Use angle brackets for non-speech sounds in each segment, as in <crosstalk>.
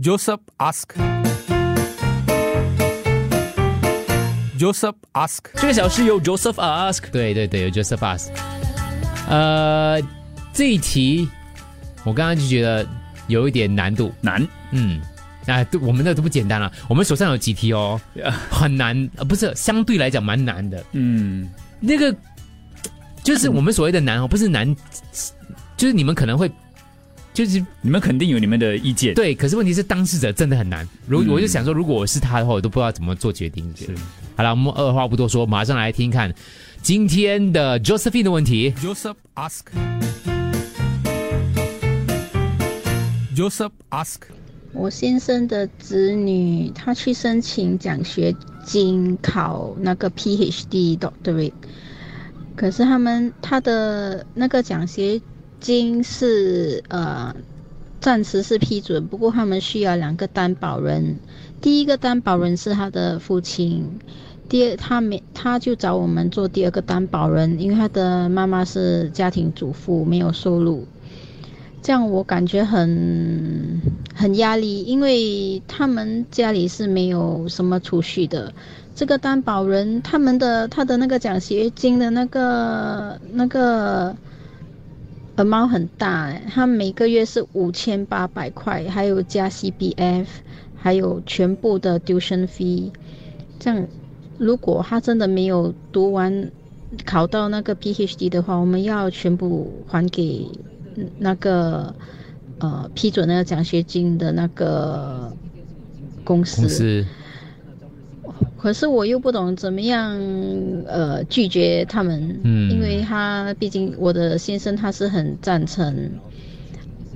Joseph ask. Joseph ask. 这个小时由 Joseph Ask 对对对，有 Joseph Us。呃，这一题我刚刚就觉得有一点难度，难，嗯，啊，对，我们的都不简单了，我们手上有几题 <laughs> 哦，很难，呃，不是，相对来讲蛮难的。嗯，那个就是我们所谓的难哦，不是难，就是你们可能会。就是你们肯定有你们的意见，对，可是问题是当事者真的很难。如嗯我就想说，如果我是他的话，我都不知道怎么做决定。是好了，我们二话不多说，马上来听看今天的 Josephine 的问题。 Joseph ask. Joseph ask. 我先生的子女，他去申请奖学金考那个 PhD doctorate，可是他们他的那个奖学金是呃暂时是批准，不过他们需要两个担保人，第一个担保人是他的父亲。第二，他没，他就找我们做第二个担保人，因为他的妈妈是家庭主妇，没有收入。这样我感觉很很压力，因为他们家里是没有什么储蓄的。这个担保人他们的他的那个奖学金的那个那个 amount 很大欸，他每个月是五千八百块，还有加 CBF，还有全部的 tuition fee。这样，如果他真的没有读完考到那个 PhD 的话，我们要全部还给嗯那个呃批准那个奖学金的那个公司。公司可是我又不懂怎么样呃拒绝他们，嗯因为他毕竟我的先生他是很赞成。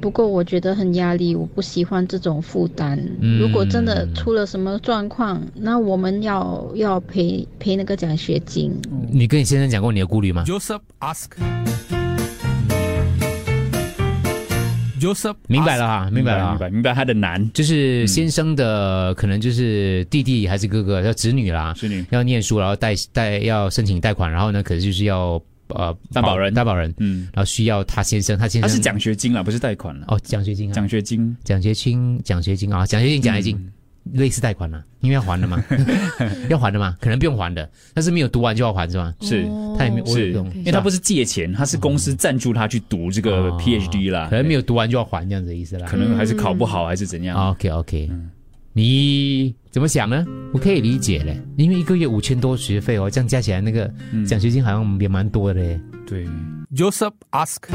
不过我觉得很压力，我不喜欢这种负担。嗯如果真的出了什么状况，那我们要要赔赔那个奖学金。你跟你先生讲过你的顾虑吗？ Joseph ask. Joseph 明白 ask. 了哈，明白了明哈。白明白他的难，就是先生的、可能就是弟弟还是哥哥，要子女啦，子女要念书，然后贷贷要申请贷款，然后呢，可能就是要呃担保人担保人，嗯，然后需要他先生，他先他生是奖学金啦，不是贷款啦，哦奖学金啊，奖学金，嗯奖学金奖学金啊，奖学金奖学金、类似贷款啦、因为要还 <laughs> 的嘛，要还的嘛，可能不用还的，但是没有读完就要还是吧？是他也没有我也是，不懂因为他不是是借钱，他是公司赞助他去读这个 PhD 啦，哦可能没有，有读完就要还这样子的意思啦。可能还是考不好还是怎样，嗯 OK OK，、你怎么想呢？我可以理解嘞，因为一个月五千多学费哦，这样加起来那个奖学金好像也蛮多的嘞。嗯对， Joseph ask.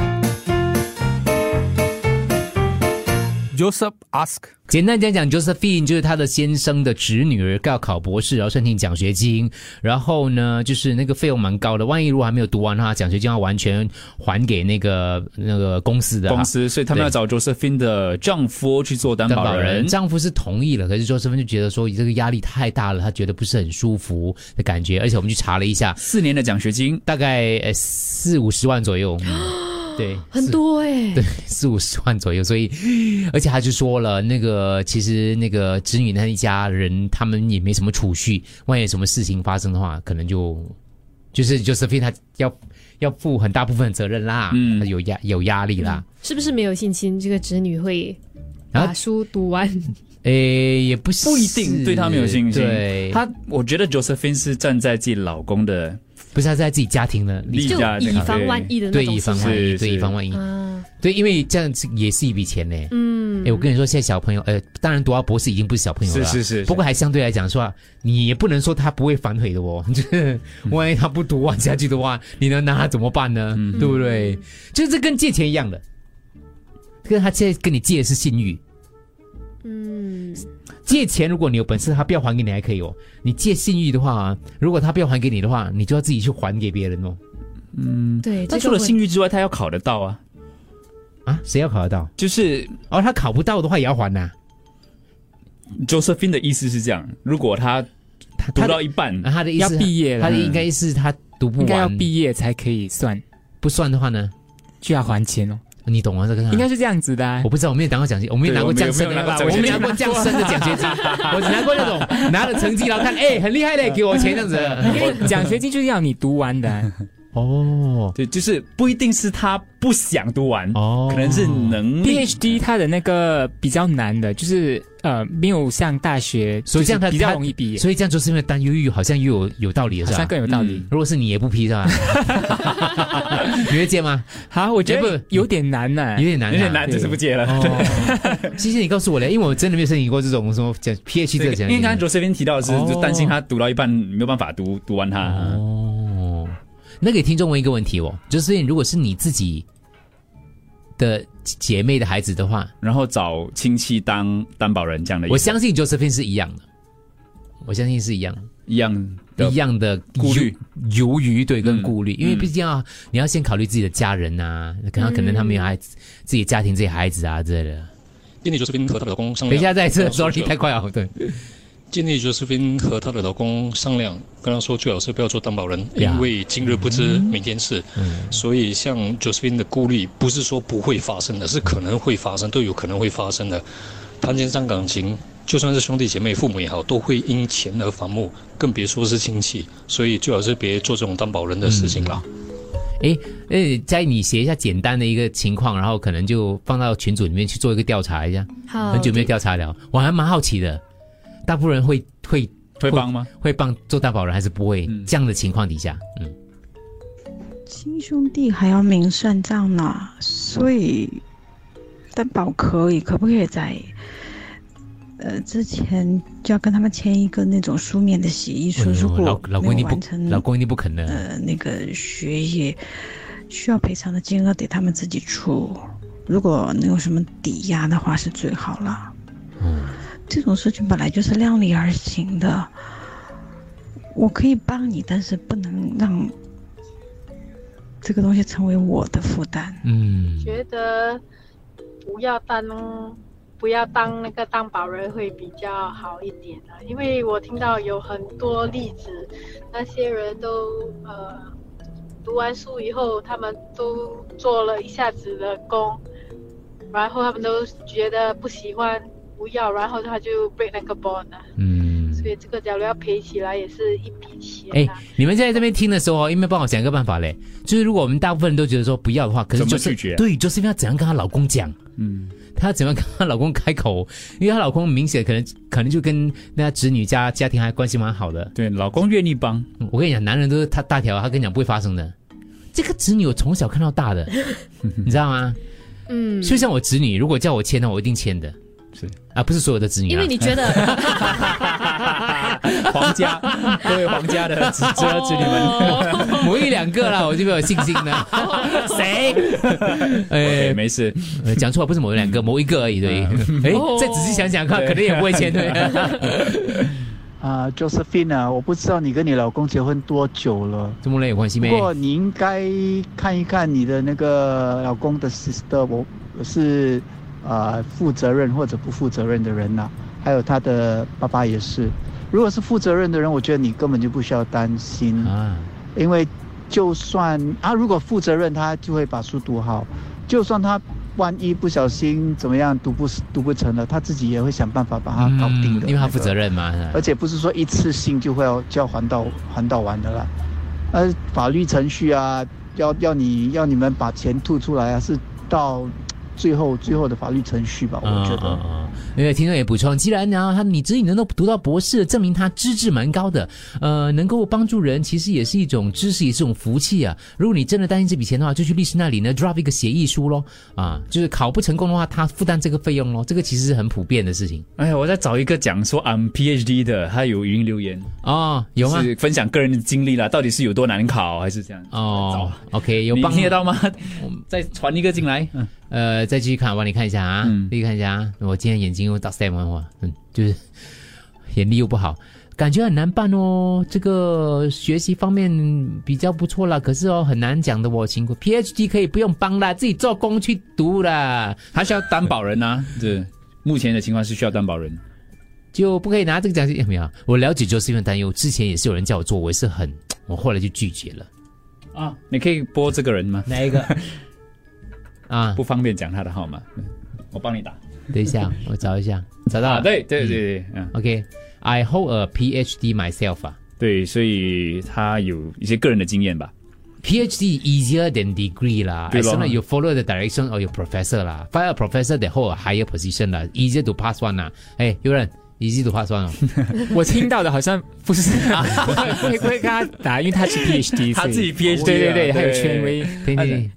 Joseph ask. 简单讲讲，Josephine 就是她的先生的侄女儿要考博士，然后申请奖学金，然后呢，就是那个费用蛮高的，万一如果还没有读完的话，奖学金要完全还给那个那个公司的啊公司，所以他们要找 Josephine 的丈夫去做担担保人，丈夫是同意了，可是 Josephine 就觉得说这个压力太大了，她觉得不是很舒服的感觉，而且我们去查了一下，四年的奖学金，大概呃四五十万左右，嗯对，很多哎、 <laughs> 对，四五十万左右，所以而且他就说了，那个其实那个侄女那一家人他们也没什么储蓄，万一有什么事情发生的话，可能就就是 Josephine 她要要负很大部分的责任啦，嗯嗯，有压有压力啦，是不是没有信心这个侄女会啊嗯把书读完？诶、也不是不一定对她没有信心。对，她她，我觉得 Josephine 是站在自己老公的不是她啊在自己家庭的立立就家那以个防万一的那对种一心方态万一，是对是一方万一，啊，对，因为这样子也是一笔钱呢。嗯，哎、我跟你说，现在小朋友，呃，当然读到博士已经不是小朋友了是是啦，是，不过还相对来讲说，你也不能说他不会反悔的哦。 <laughs> 嗯就是万一他不读完下去的话，你能拿他怎么办呢？嗯对不对？就是这跟借钱一样的，跟他现在跟你借的是信誉。嗯，借钱如果你有本事，他不要还给你还可以哦。你借信誉的话，如果他不要还给你的话，你就要自己去还给别人哦。嗯对，他哎这除个了会信誉之外，他要考得到啊，啊，谁要考得到？就是哦，他考不到的话也要还呐、 Josephine 的意思是这样，如果他他读他的到一半，啊他的意思要毕业了他的应该是他读不应该要完，毕业才可以算不算的话呢，就要还钱哦，你懂吗？这个应该是这样子的、啊我。不知道，我没有拿过奖金，我没有拿过降生的吧？对我我没没有拿拿过过降生的奖学金， <laughs> 我只拿过 <laughs> 那 <laughs> 种拿了成绩然后看，哎，很厉害嘞，给我钱这样子。因为奖学金就是要你读完的啊、 <laughs> 哦对，就是不一定是他不想读完，哦，可能是能力。 PhD 它的那个比较难的，就是呃没有像大学，所以这样就是它比较容易毕业，所以这样做是因为单忧郁好像又有有道理了，好是像吧？更有道理。嗯如果是你也不批是吧？ <laughs> 你会接吗？好，我觉哎得不有点难呢、有点难、啊，有点难，就是不接了。 <laughs> 哦，谢谢你告诉我嘞，因为我真的没有申请过这种什么讲 PH 这对个奖，因为刚才 Josephine 提到的是，哦就担心他读到一半没有办法读读完它。哦，那给听众问一个问题哦，就是如果是你自己的姐妹的孩子的话，然后找亲戚当担保人这样的意思，我相信 Josephine 是一样的，我相信是一样的。一样的一样的顾虑犹、犹豫，对，跟嗯顾虑，因为嗯毕竟要你要先考虑自己的家人啊，可能可能他们有嗯孩子、自己的家庭、自己的孩子啊之类的。建议 Josephine 和她的老公商等一量。下再一次告诉，sorry，我太快啊了，对，建议 Josephine 和她的老公商量，跟她说最好是不要做担保人，呀嗯因为今日不知明天事。所以像 Josephine 的顾虑，不是说不会发生的，是可能会发生，都有可能会发生的。谈钱伤感情，就算是兄弟姐妹、父母也好，都会因钱而反目，更别说是亲戚。所以最好是别做这种担保人的事情了。诶，诶，在你写一下简单的一个情况，然后可能就放到群组里面去做一个调查一下。好，很久没有调查了，我还蛮好奇的，大部分人会会会帮吗？会帮做担保人还是不会？嗯这样的情况底下，嗯，亲兄弟还要明算账呢，所以担保可以，可不可以在呃之前就要跟他们签一个那种书面的协议书？哎呦如老果老公没一定有完不成老公一定不肯的，呃那个学业需要赔偿的金额得他们自己出，如果能有什么抵押的话是最好了。嗯，这种事情本来就是量力而行的，我可以帮你，但是不能让这个东西成为我的负担。嗯，觉得不要当不要当那个担保人会比较好一点啊，因为我听到有很多例子，那些人都呃读完书以后，他们都做了一下子的工，然后他们都觉得不喜欢。不要，然后他就 break 那个 bond 了，嗯，所以这个假如要赔起来也是一笔钱哎啊。，你们在这边听的时候哦，有没有帮我想一个办法嘞？就是如果我们大部分人都觉得说不要的话，可是怎么就是拒绝对，就是要怎样跟她老公讲，嗯，她要怎么样跟她老公开口，因为她老公明显可能可能就跟那侄女家家庭还关系蛮好的。对，老公愿意帮，嗯我跟你讲，男人都是他大条，他跟你讲不会发生的。这个侄女我从小看到大 <laughs> 的，你知道吗？嗯，就像我侄女，如果叫我签的，我一定签的。是啊，不是所有的侄女、啊，因为你觉得 <laughs> 皇家各位皇家的侄侄儿侄女们。哦 <laughs> 某一两个啦，我就没有信心 <laughs> 了。谁？哎， <laughs> 哎、没事，啊呃讲错了，不是某两个，某一个而已。对， <laughs> 哎、哦再仔细想想看，可能也不会签对。 <laughs> 啊，Josephine 啊，我不知道你跟你老公结婚多久了，怎么了？有关系不没？过你应该看一看你的那个老公的 sister，我是呃负责任或者不负责任的人呐、还有他的爸爸也是。如果是负责任的人，我觉得你根本就不需要担心。啊，因为就算啊，如果负责任，他就会把书读好。就算他万一不小心怎么样读不读不成了，他自己也会想办法把它搞定的、呃嗯因为他负责，任嘛。而且不是说一次性就会要就要还到还到完的啦。呃，法律程序啊，要要你要你们把钱吐出来啊，是到最后最后的法律程序吧，我觉得。嗯嗯嗯因为听众也补充，既然呢，他你自己能够读到博士，证明他资质蛮高的，呃，能够帮助人，其实也是一种知识，也是一种福气啊。如果你真的担心这笔钱的话，就去律师那里呢 drop 一个协议书咯，啊，就是考不成功的话，他负担这个费用咯，这个其实是很普遍的事情哎呀，我在找一个讲说 I'm PhD 的，他有语音留言，哦，有吗？是分享个人的经历啦，到底是有多难考，还是这样？哦找，OK，有啊你帮听得到吗？再传一个进来，嗯呃，再继续看，我帮你看一下啊，嗯继续看一下啊。我今天眼睛又打 stem 了，哇嗯，就是眼力又不好，感觉很难办哦。这个学习方面比较不错啦，可是哦很难讲的哦。辛苦 PhD 可以不用帮啦，自己做工去读啦，他需要担保人啊，对，目前的情况是需要担保人。就不可以拿这个奖金。哎没有，啊我了解就是因为担忧，之前也是有人叫我做，我也是很，我后来就拒绝了啊，你可以拨这个人吗？哪 <laughs> 一个啊不？方便讲他的号码，嗯我帮你打。等一下，我找一下，找到了。啊，对对对对，嗯， ，OK，I、hold a PhD myself 啊。对，所以他有一些个人的经验吧。 PhD easier than degree 啦对，as 咯 long as you follow the direction of your professor 啦，find a professor that hold a higher position 啦，easier to pass one 啦。哎，有人 easy to pass one 哦， <laughs> 我听到的好像不是，啊 <laughs> 不会不会跟他打，因为他是 PhD，他所以自己 PhD 对对对，啊还有对权威，对对对，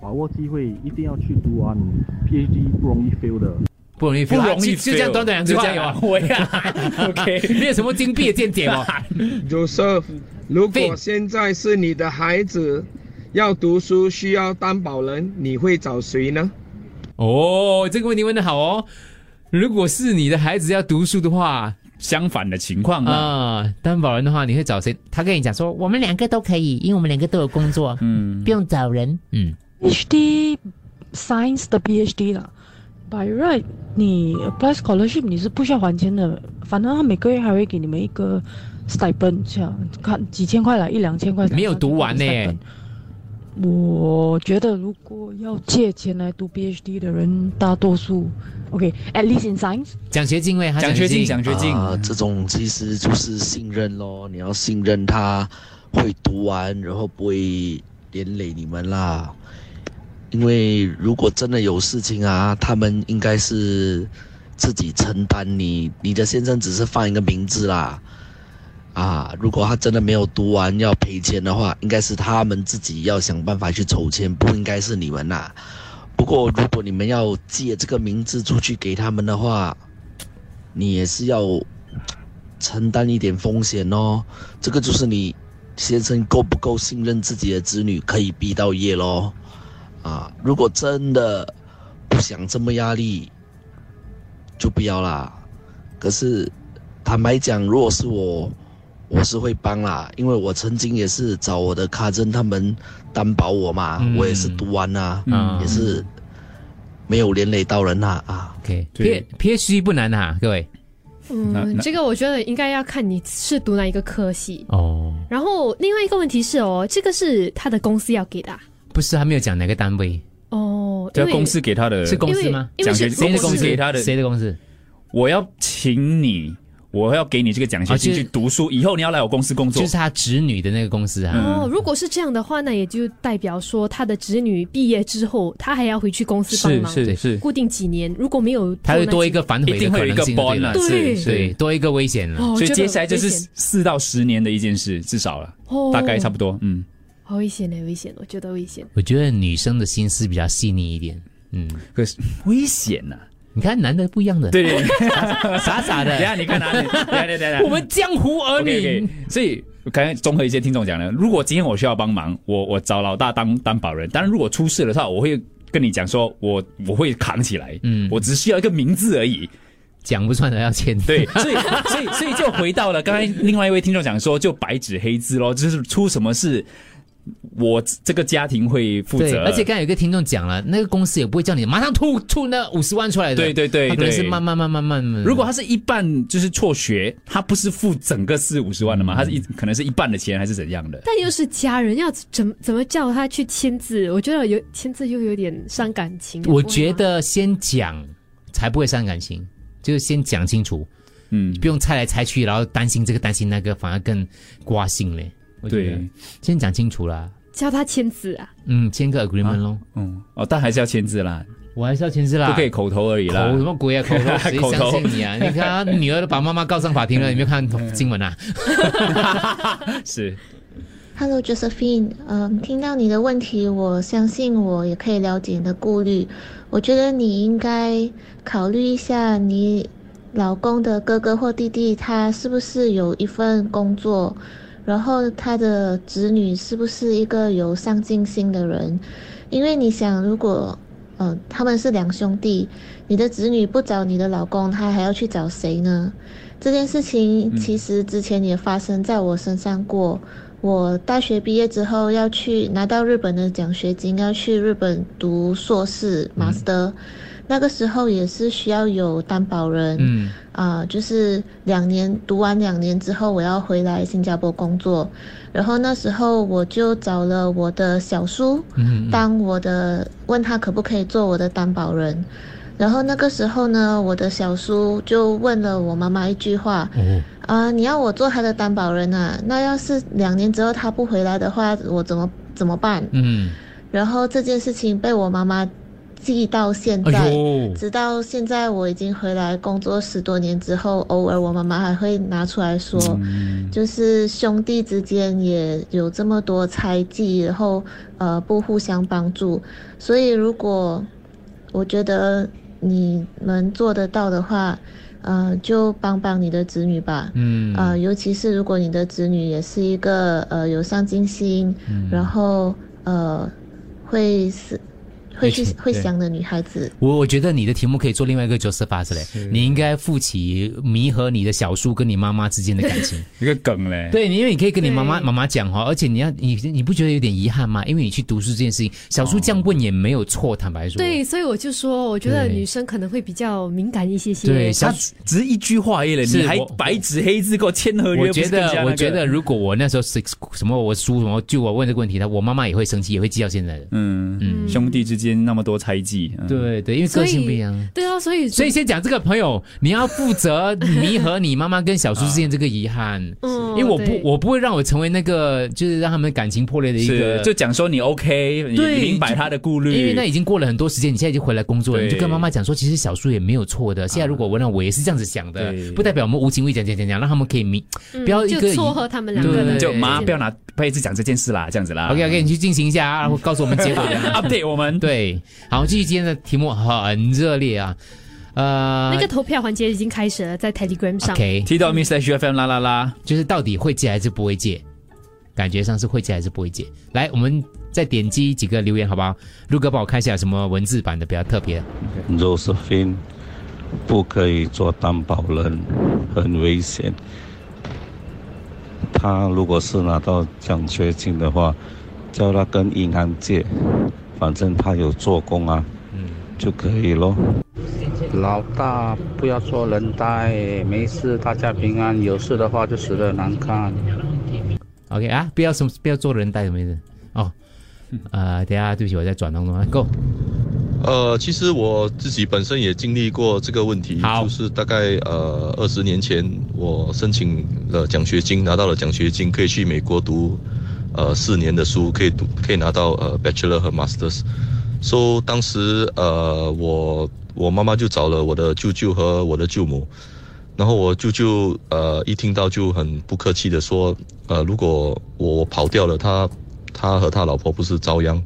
把握机会，一定要去读啊！你 PhD 不容易 fail 的。不容易 fail 啊，就就这样短短两句话有啊，我呀 <laughs> ，OK，没有什么金币的见解哦。 <laughs> Joseph，如果现在是你的孩子要读书需要担保人，你会找谁呢？哦，这个问题问的好哦。如果是你的孩子要读书的话，相反的情况啊、担保人的话，你会找谁？他跟你讲说，我们两个都可以，因为我们两个都有工作，嗯，不用找人，嗯。 PhD Science 的 PhD 啦，By right，你 apply scholarship 你是不需要还钱的，反正他每个月还会给你们一个 stipend，这样看几千块来一两千块。没有读完呢、我觉得如果要借钱来读 PhD 的人，大多数 OK，at、least in science，奖学金喂，他啊、这种其实就是信任咯，你要信任他会读完，然后不会连累你们啦。因为如果真的有事情啊，他们应该是自己承担你，你的先生只是放一个名字啦。啊，如果他真的没有读完要赔钱的话，应该是他们自己要想办法去筹钱，不应该是你们啦。不过如果你们要借这个名字出去给他们的话，你也是要承担一点风险哦。这个就是你先生够不够信任自己的子女，可以毕到业咯。啊，如果真的不想这么压力，就不要啦。可是坦白讲，如果是我，我是会帮啦，因为我曾经也是找我的卡珍他们担保我嘛，嗯我也是读完啦、嗯也是没有连累到人啦啊。 OK，P P H D 不难啊，各位。嗯，这个我觉得应该要看你是读哪一个科系。哦，然后另外一个问题是哦，这个是他的公司要给的啊、不是，他没有讲哪个单位，哦，这因为公司给他的是公司吗？奖学谁金的公司给他的谁的公司？我要请你，我要给你这个奖学啊就金是去读书，以后你要来我公司工作，嗯就是他侄女的那个公司啊。哦，如果是这样的话，那也就代表说他的侄女毕业之后，他还要回去公司帮忙，是是是固定几年。如果没有，他会多一个反悔的可能性，对了对对，多一个危险了。哦所以这个接下来这危是险四到十年的一件事，至少了，哦大概差不多，嗯。好危险呢，危险，我觉得危险。我觉得女生的心思比较细腻一点，嗯，可是危险呐、你看男的不一样的，对对对 <laughs> 傻傻的。 <laughs> 等一下你看哪里？等一下等一下等一下，我们江湖儿 OK，OK，女，所以刚才综合一些听众讲的，如果今天我需要帮忙，我我找老大当担保人，当然如果出事的话，我会跟你讲说，我我会扛起来，嗯我只需要一个名字而已。讲不算的要签。对， <laughs> 所以所以所以就回到了刚才另外一位听众讲说，就白纸黑字咯，就是出什么事，我这个家庭会负对，责，而且刚才有一个听众讲了，那个公司也不会叫你马上吐吐那五十万出来的，对对对他可能对是慢慢慢慢慢慢。如果他是一半就是辍学，他不是付整个四五十万的嘛？他是一可能是一半的钱还是怎样的？但又是家人，要怎么怎么叫他去签字？我觉得有签字又有点伤感情。啊我觉得先讲才不会伤感情，就是先讲清楚，嗯，不用猜来猜去，然后担心这个担心那个，反而更刮心嘞。我觉得对，先讲清楚啦，叫他签字啊，嗯，签个 agreement 咯。嗯，哦，但还是要签字啦，我还是要签字啦，不可以口头而已啦。口什么鬼啊？口 <laughs> 头谁口相头嗯信你啊？你看他女儿都把妈妈告上法庭了，你没有看新闻啊？ <laughs> 是 Hello Josephine，嗯，听到你的问题，我相信我也可以了解你的顾虑。我觉得你应该考虑一下，你老公的哥哥或弟弟他是不是有一份工作，然后他的子女是不是一个有上进心的人？因为你想，如果呃他们是两兄弟，你的子女不找你的老公，他还要去找谁呢？这件事情其实之前也发生在我身上过。我大学毕业之后要去拿到日本的奖学金，要去日本读硕士嗯 master，、那个时候也是需要有担保人。嗯啊、就是两年读完两年之后，我要回来新加坡工作，然后那时候我就找了我的小叔，嗯嗯当我的问他可不可以做我的担保人，然后那个时候呢，我的小叔就问了我妈妈一句话，哦，啊、你要我做他的担保人啊？那要是两年之后他不回来的话，我怎么怎么办？嗯，然后这件事情被我妈妈记到现在，哎呦直到现在我已经回来工作十多年之后，偶尔我妈妈还会拿出来说，嗯嗯就是兄弟之间也有这么多猜忌，然后呃不互相帮助，所以如果我觉得你们做得到的话，呃，就帮帮你的子女吧。嗯呃，尤其是如果你的子女也是一个呃有上进心，然后呃会是会去而且会对想的女孩子。我我觉得你的题目可以做另外一个 Joseph a s 嘞，你应该负起弥合你的小叔跟你妈妈之间的感情。一个梗嘞。对，因为你可以跟你妈妈妈妈讲哈，而且你要你你不觉得有点遗憾吗？因为你去读书这件事情，小叔这样问也没有错，坦白说。对，所以我就说，我觉得对女生可能会比较敏感一些些。对小她叔只是一句话而已了，是你还我白纸黑字给我签合约，我觉不是更加那得，个我觉得，如果我那时候是什么，我叔什么，就我问这个问题，他我妈妈也会生气，也会记到现在的。嗯嗯兄弟之间那么多猜忌，嗯对对，因为所个以性不一样。对啊，所以所以先讲这个朋友，你要负责弥合你妈妈跟小叔之间这个遗憾，因嗯为我对不我不会让我成为那个就是让他们感情破裂的一个是，就讲说你 OK，你对明白他的顾虑，因为那已经过了很多时间，你现在已经回来工作了，对你就跟妈妈讲说，其实小叔也没有错啊的。现在如果我让我也是这样子想的，不代表我们无情无义讲讲讲讲，让他们可以明，嗯不要一个就撮以合他们两个对的就妈之间不要拿不要一直讲这件事啦，这样子啦。 OK OK，你去进行一下，然后告诉我们结果 <laughs> Update 我们。对，好，继续今天的题目很热烈啊，呃，那个投票环节已经开始了，在 Telegram 上。 OK，提到 Miss H F M 啦啦啦，就是到底会借还是不会借？感觉上是会借还是不会借？来，我们再点击几个留言，好不好？陆哥帮我看一下有什么文字版的比较特别的。 Josephine 不可以做担保人，很危险。他如果是拿到奖学金的话，叫他跟银行借，反正他有做工啊，嗯就可以咯。老大，不要做人呆，没事，大家平安。有事的话就死的难看。 OK 啊，不要什么不要做人带什么意思？ <laughs> 哦，呃，等一下对不起，我在转当中啊，Go。呃，其实我自己本身也经历过这个问题，就是大概呃二十年前，我申请了奖学金，拿到了奖学金，可以去美国读呃四年的书，可以读可以拿到呃 bachelor 和 masters。so 当时呃我我妈妈就找了我的舅舅和我的舅母，然后我舅舅呃一听到就很不客气的说，呃如果我我跑掉了，他他和他老婆不是遭殃。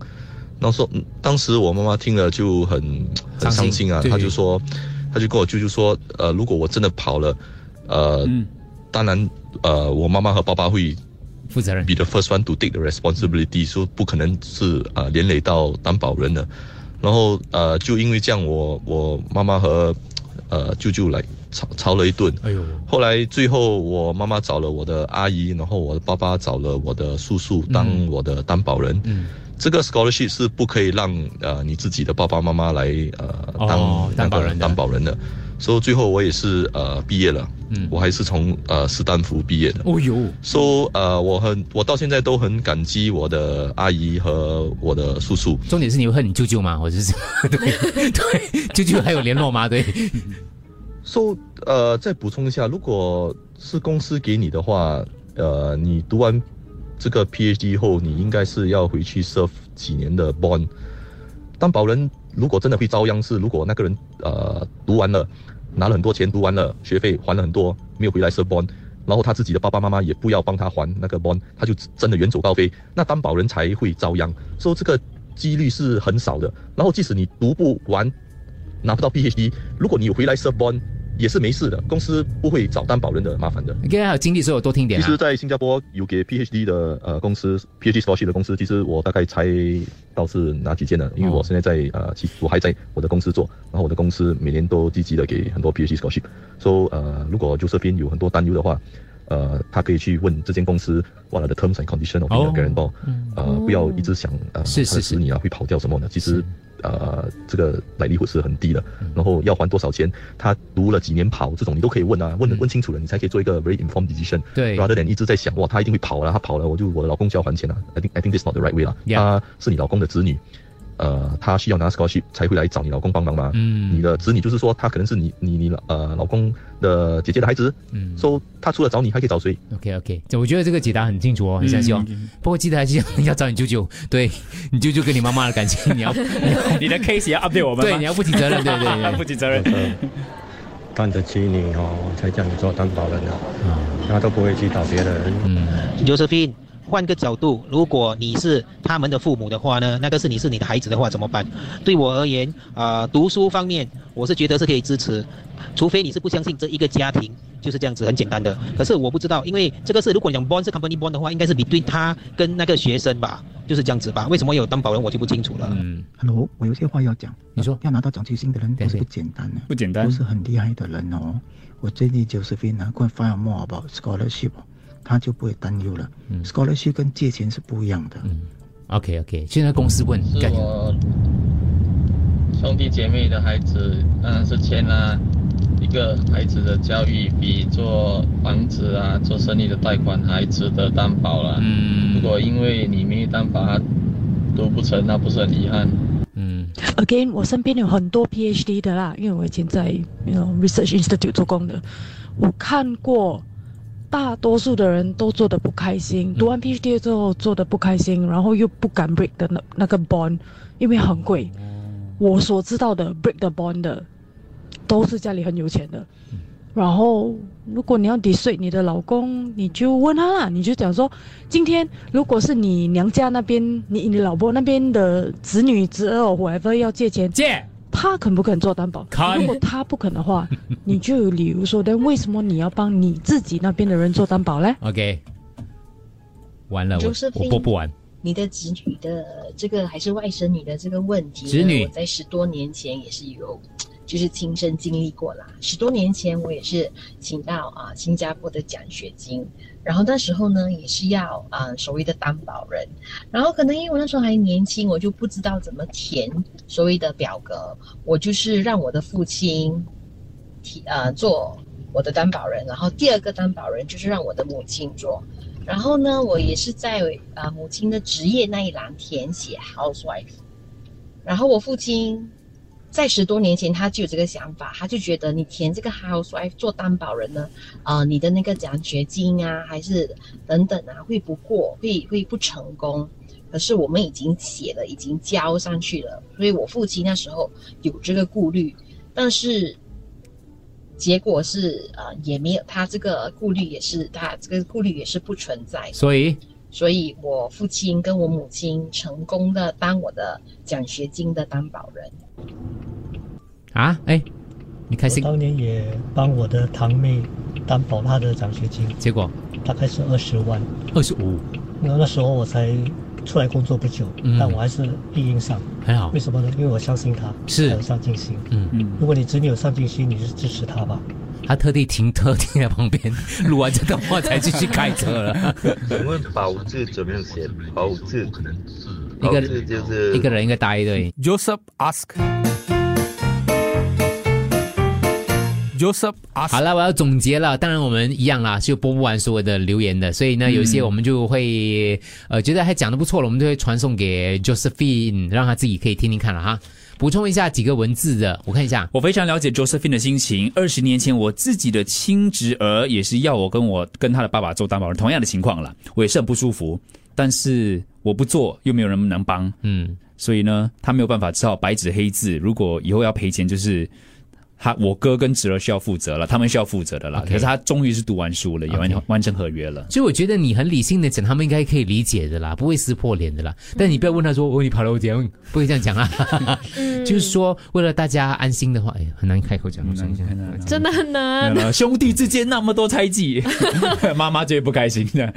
那时候嗯当时我妈妈听了就很伤心很伤心啊，对她就说，她就跟我舅舅说，呃如果我真的跑了，呃、当然呃我妈妈和爸爸会负责任嗯，be the first one to take the responsibility，说、不可能是呃连累到担保人的。然后呃，就因为这样，我我妈妈和呃舅舅来吵吵了一顿。哎呦，后来最后我妈妈找了我的阿姨，然后我的爸爸找了我的叔叔当嗯我的担保人。嗯这个 scholarship 是不可以让呃你自己的爸爸妈妈来呃当、哦担保那个人的担保人的。所、以最后我也是呃毕业了，嗯我还是从呃斯坦福毕业的。哦呦， So 呃，我很我到现在都很感激我的阿姨和我的叔叔。重点是你会恨你舅舅吗？我就是 <laughs> 对对，舅舅 <laughs> 还有联络吗？对， So 呃，再补充一下，如果是公司给你的话，呃，你读完这个 PhD 后，你应该是要回去 serve 几年的 bond。担保人如果真的会遭殃是，如果那个人呃读完了，拿了很多钱，读完了学费还了很多，没有回来 serve bond，然后他自己的爸爸妈妈也不要帮他还那个 bond，他就真的远走高飞，那担保人才会遭殃。所以这个几率是很少的。然后即使你读不完拿不到 PhD，如果你有回来 serve bond，也是没事的，公司不会找担保人的麻烦的。你刚才还有经历，所以我多听点、其啊。实，在新加坡有给 PhD 的呃公司，PhD scholarship 的公司，其实我大概猜到是哪几间了，哦因为我现在在呃，其我还在我的公司做，然后我的公司每年都积极的给很多 PhD scholarship，所、以呃，如果就这边有很多担忧的话。呃，他可以去问这间公司 What are the terms and condition of 哦 your guarantor？、呃，不要一直想呃，是是他的子女啊会跑掉什么的。其实呃，这个来历会是很低的。嗯然后要还多少钱，他读了几年跑这种，你都可以问啊，问问清楚了，你才可以做一个 very informed decision。嗯对，rather than 一直在想哇，他一定会跑了，他跑了，我就我的老公就要还钱了。I think I think this not the right way 啦。 Yeah 他是你老公的子女，呃，他需要拿 scholarship 才会来找你老公帮忙嘛。嗯，你的子女就是说，他可能是你你你呃老公的姐姐的孩子。嗯，所、以他除了找你，还可以找谁？ OK OK，这我觉得这个解答很清楚哦，很详细哦。不过记得还是要要找你舅舅，对你舅舅跟你妈妈的感 <laughs> 情，你要 <laughs> 你的 case 也要 update 我们吗对，你要负起责任，对对对，不 <laughs> 负责任。当你的妻女哦，才叫你做担保人啊，他都不会去找别人。嗯， Josephine，换个角度，如果你是他们的父母的话呢，那个是你是你的孩子的话怎么办？对我而言，啊，读书方面我是觉得是可以支持，除非你是不相信这一个家庭就是这样子很简单的。可是我不知道，因为这个是如果讲 bond 是 company bond 的话，应该是你对他跟那个学生吧，就是这样子吧？为什么有担保人我就不清楚了。嗯 Hello，我有些话要讲。呃你说要拿到奖学金的人不是不简单的、不简单都是很厉害的人哦。我建议 Josephine 呢，关 find out more about scholarship，他哦就不会担忧了。嗯 scholarship 跟借钱是不一样的。 OK OK，现在公司问是干我兄弟姐妹的孩子，当然是签啦、一个孩子的教育比做房子啊、做生意的贷款还值得担保啦。嗯，如果因为你没有担保，它读不成，那不是很遗憾？ Again，我身边有很多 PhD 的啦，因为我以前在 you know, research institute 做工的，我看过大多数的人都做的不开心，读完 PhD 之后做的不开心，然后又不敢 break 的那那个 bond，因为很贵。我所知道的 break the bond 的，都是家里很有钱的。然后，如果你要 d 睡你的老公，你就问他啦，你就讲说，今天如果是你娘家那边，你你老婆那边的子女侄儿 whatever 要借钱，借，他肯不肯做担保？肯如果他不肯的话，你就有理由说，但为什么你要帮你自己那边的人做担保嘞？ OK，完了，我 Josephine 我播不完。你的子女的这个还是外甥女的这个问题呢，子女我在十多年前也是有，就是亲身经历过啦。十多年前我也是请到啊新加坡的奖学金，然后那时候呢也是要啊所谓的担保人，然后可能因为我那时候还年轻，我就不知道怎么填所谓的表格，我就是让我的父亲提呃做我的担保人，然后第二个担保人就是让我的母亲做。然后呢，我也是在呃母亲的职业那一栏填写 housewife。然后我父亲在十多年前他就有这个想法，他就觉得你填这个 housewife 做担保人呢，呃，你的那个奖学金啊，还是等等啊，会不过，会会不成功。可是我们已经写了，已经交上去了，所以我父亲那时候有这个顾虑，但是结果是呃也没有，他这个顾虑也是他这个顾虑也是不存在的。所以所以我父亲跟我母亲成功的当我的奖学金的担保人。啊，哎，你开心？我当年也帮我的堂妹担保她的奖学金，结果大概是二十万。二十五，然后那时候我才出来工作不久，嗯但我还是一应上。很好为什么呢？因为我相信他，是他有上进心。嗯嗯，如果你子女有上进心，你就支持他吧。他特地停车停在旁边， <laughs> 录完这段话才继续开车了。请问保字怎么样写？保字可能是一个字哦就是一个人一个答一对。 Joseph ask. Joseph ask. 好了，我要总结了。当然，我们一样啦，就播不完所有的留言的，所以呢，嗯有一些我们就会、呃觉得还讲的不错了，我们就会传送给 Josephine，让他自己可以听听看了哈。补充一下几个文字的，我看一下。我非常了解 Josephine 的心情。二十年前，我自己的亲侄儿也是要我跟我跟他的爸爸做担保人，同样的情况了，我也是很不舒服。但是我不做，又没有人能帮，嗯，所以呢，他没有办法，只好白纸黑字。如果以后要赔钱，就是他我哥跟侄儿需要负责了，他们需要负责的啦。 OK 可是他终于是读完书了，也完 OK 完成合约了。所以我觉得你很理性的讲，他们应该可以理解的啦，不会撕破脸的啦。但你不要问他说：“哦，你跑了我姐，不会这样讲啦。就是说，为了大家安心的话，哎，很难开口讲。我想一下，真的很难。兄弟之间那么多猜忌， <laughs> 妈妈最不开心的。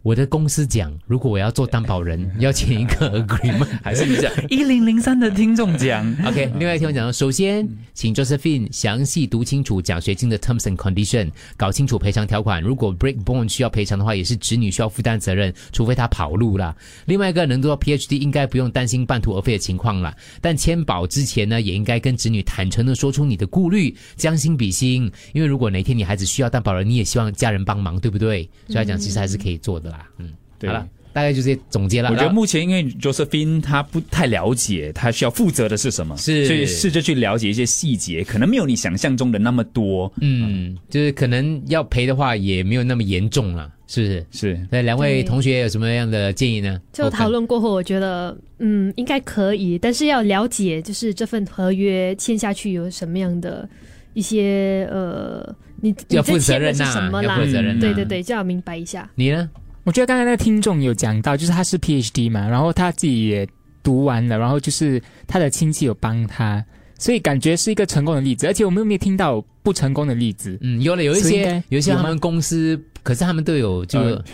我的公司讲，如果我要做担保人，要签一 <laughs> 个 agreement，还是你讲一零零三的听众讲 OK，另外一条讲到，首先，请 Josephine 详细读清楚奖学金的 terms and condition，搞清楚赔偿条款。如果 break bond 需要赔偿的话，也是子女需要负担责任，除非他跑路啦。另外一个能做到 PhD，应该不用担心半途而废的情况啦。但签保之前呢，也应该跟子女坦诚的说出你的顾虑，将心比心。因为如果哪天你孩子需要担保人，你也希望家人帮忙，对不对？所以来讲，其实还是可以做的啦。嗯，对好了。大概就这些总结了。我觉然得后目前因为 Josephine 她不太了解，她需要负责的是什么，是所以试着去了解一些细节，可能没有你想象中的那么多。嗯，就是可能要赔的话也没有那么严重了，是不是？是。那两位对同学有什么样的建议呢？就讨论过后，我觉得嗯应该可以，但是要了解就是这份合约签下去有什么样的一些呃，你你要这负责签的任是呐什么要啦？负责任啊呐对对对，就要明白一下。你呢？我觉得刚才那个听众有讲到，就是他是 PhD 嘛，然后他自己也读完了，然后就是他的亲戚有帮他，所以感觉是一个成功的例子。而且我们又没有听到不成功的例子。嗯，有了，有一所以应些该有一些有他吗们公司，可是他们都有就、呃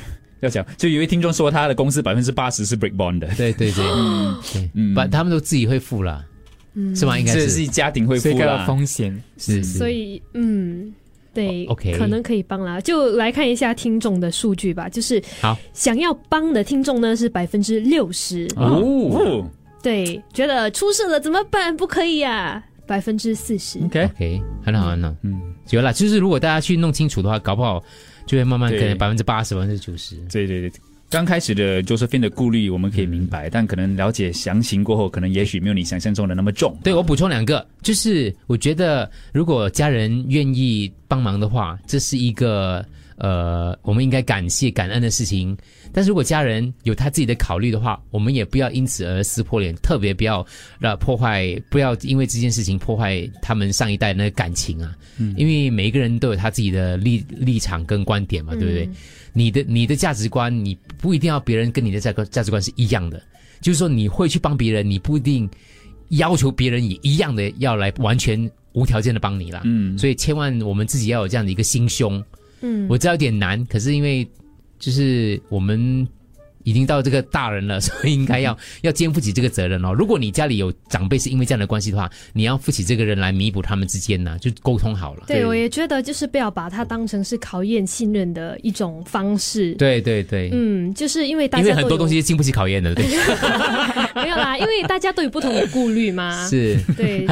要讲，就有一位听众说他的公司百分之八十是 break bond 的，嗯对 <laughs> 对对，嗯对，把、他们都自己会付了，嗯是吗？应该是这是家庭会付这啦个风险是是所以，嗯，对哦 OK 可能可以帮啦。就来看一下听众的数据吧，就是好想要帮的听众呢是百分之六十，哦对，觉得出事了怎么办？不可以呀、百分之四十。 OK OK，很好很好，嗯，有了。就是如果大家去弄清楚的话，搞不好就会慢慢可对能百分之八十、百分之九十。对对对。刚开始的 Josephine 的顾虑，我们可以明白，但可能了解详情过后，可能也许没有你想象中的那么重。对我补充两个，呃就是我觉得如果家人愿意帮忙的话，这是一个呃，我们应该感谢感恩的事情。但是如果家人有他自己的考虑的话，我们也不要因此而撕破脸，特别不要让破坏，不要因为这件事情破坏他们上一代那个感情啊。嗯因为每一个人都有他自己的立立场跟观点嘛，对不对？嗯你的你的价值观，你不一定要别人跟你的价格价值观是一样的，就是说你会去帮别人，你不一定要求别人也一样的要来完全无条件的帮你啦。嗯所以千万我们自己要有这样的一个心胸。嗯我知道有点难，可是因为就是我们已经到这个大人了，所以应该嗯要 <laughs> 要肩负起这个责任哦。如果你家里有长辈是因为这样的关系的话，你要负起这个人来弥补他们之间呢、就沟通好了。对，我也觉得就是不要把它当成是考验信任的一种方式。，对对对，嗯，就是因为大因家为很都多有东西经不起考验的，对。 <laughs> 没有啦，因为大家都有不同的顾虑嘛。 <laughs> 是，对，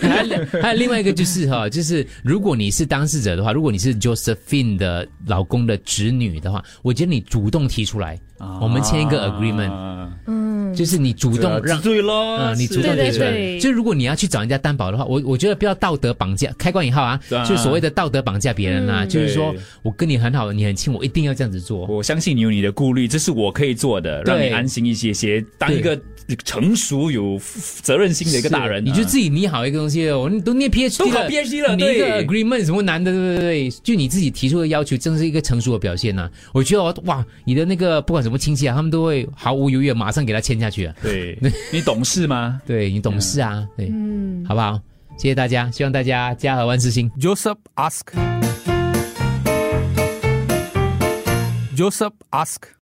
还有还有另外一个就是哈，就是如果你是当事者的话，如果你是 Josephine 的老公的侄女的话，我觉得你主动提出来，我们签一个 agreement，嗯，就是你主对啊动让这对咯嗯，你是主动提对出对来。对就如果你要去找人家担保的话，我我觉得不要道德绑架，开关以后啊对，啊就所谓的道德绑架别人啊，嗯就是说对我跟你很好，你很亲，我一定要这样子做。我相信你有你的顾虑，这是我可以做的，对让你安心一些些，当一个成熟有负责任心的一个大人、啊是你就自己拟好一个东西了。我们都念 PhD 都考了 PhD 了你一个对 agreement 什么难的，对对对，就你自己提出的要求，真是一个成熟的表现呐、我觉得哦哇，你的那个不管什么亲戚啊，他们都会毫无犹豫地马上给他签下去啊。 <laughs> 对，你懂事吗？对你懂事啊，对，嗯，好不好？谢谢大家，希望大家家和万事兴。 Joseph ask. Joseph ask.